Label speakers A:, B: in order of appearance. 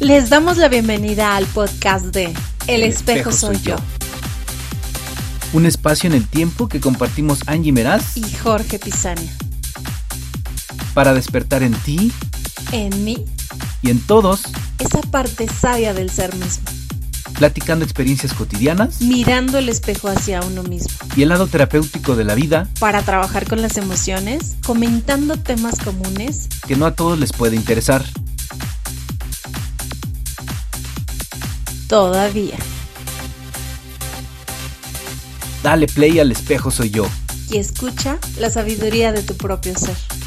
A: Les damos la bienvenida al podcast de El, espejo, soy yo.
B: Un espacio en el tiempo que compartimos Angie Meraz
A: y Jorge Pisania.
B: para despertar en ti
A: En mí,
B: y en todos,
A: esa parte sabia del ser mismo,
B: platicando experiencias cotidianas
A: mirando el espejo hacia uno mismo,
B: y el lado terapéutico de la vida
A: para trabajar con las emociones, comentando temas comunes.
B: que no a todos les puede interesar.
A: Todavía.
B: Dale play al espejo soy yo.
A: Y escucha la sabiduría de tu propio ser.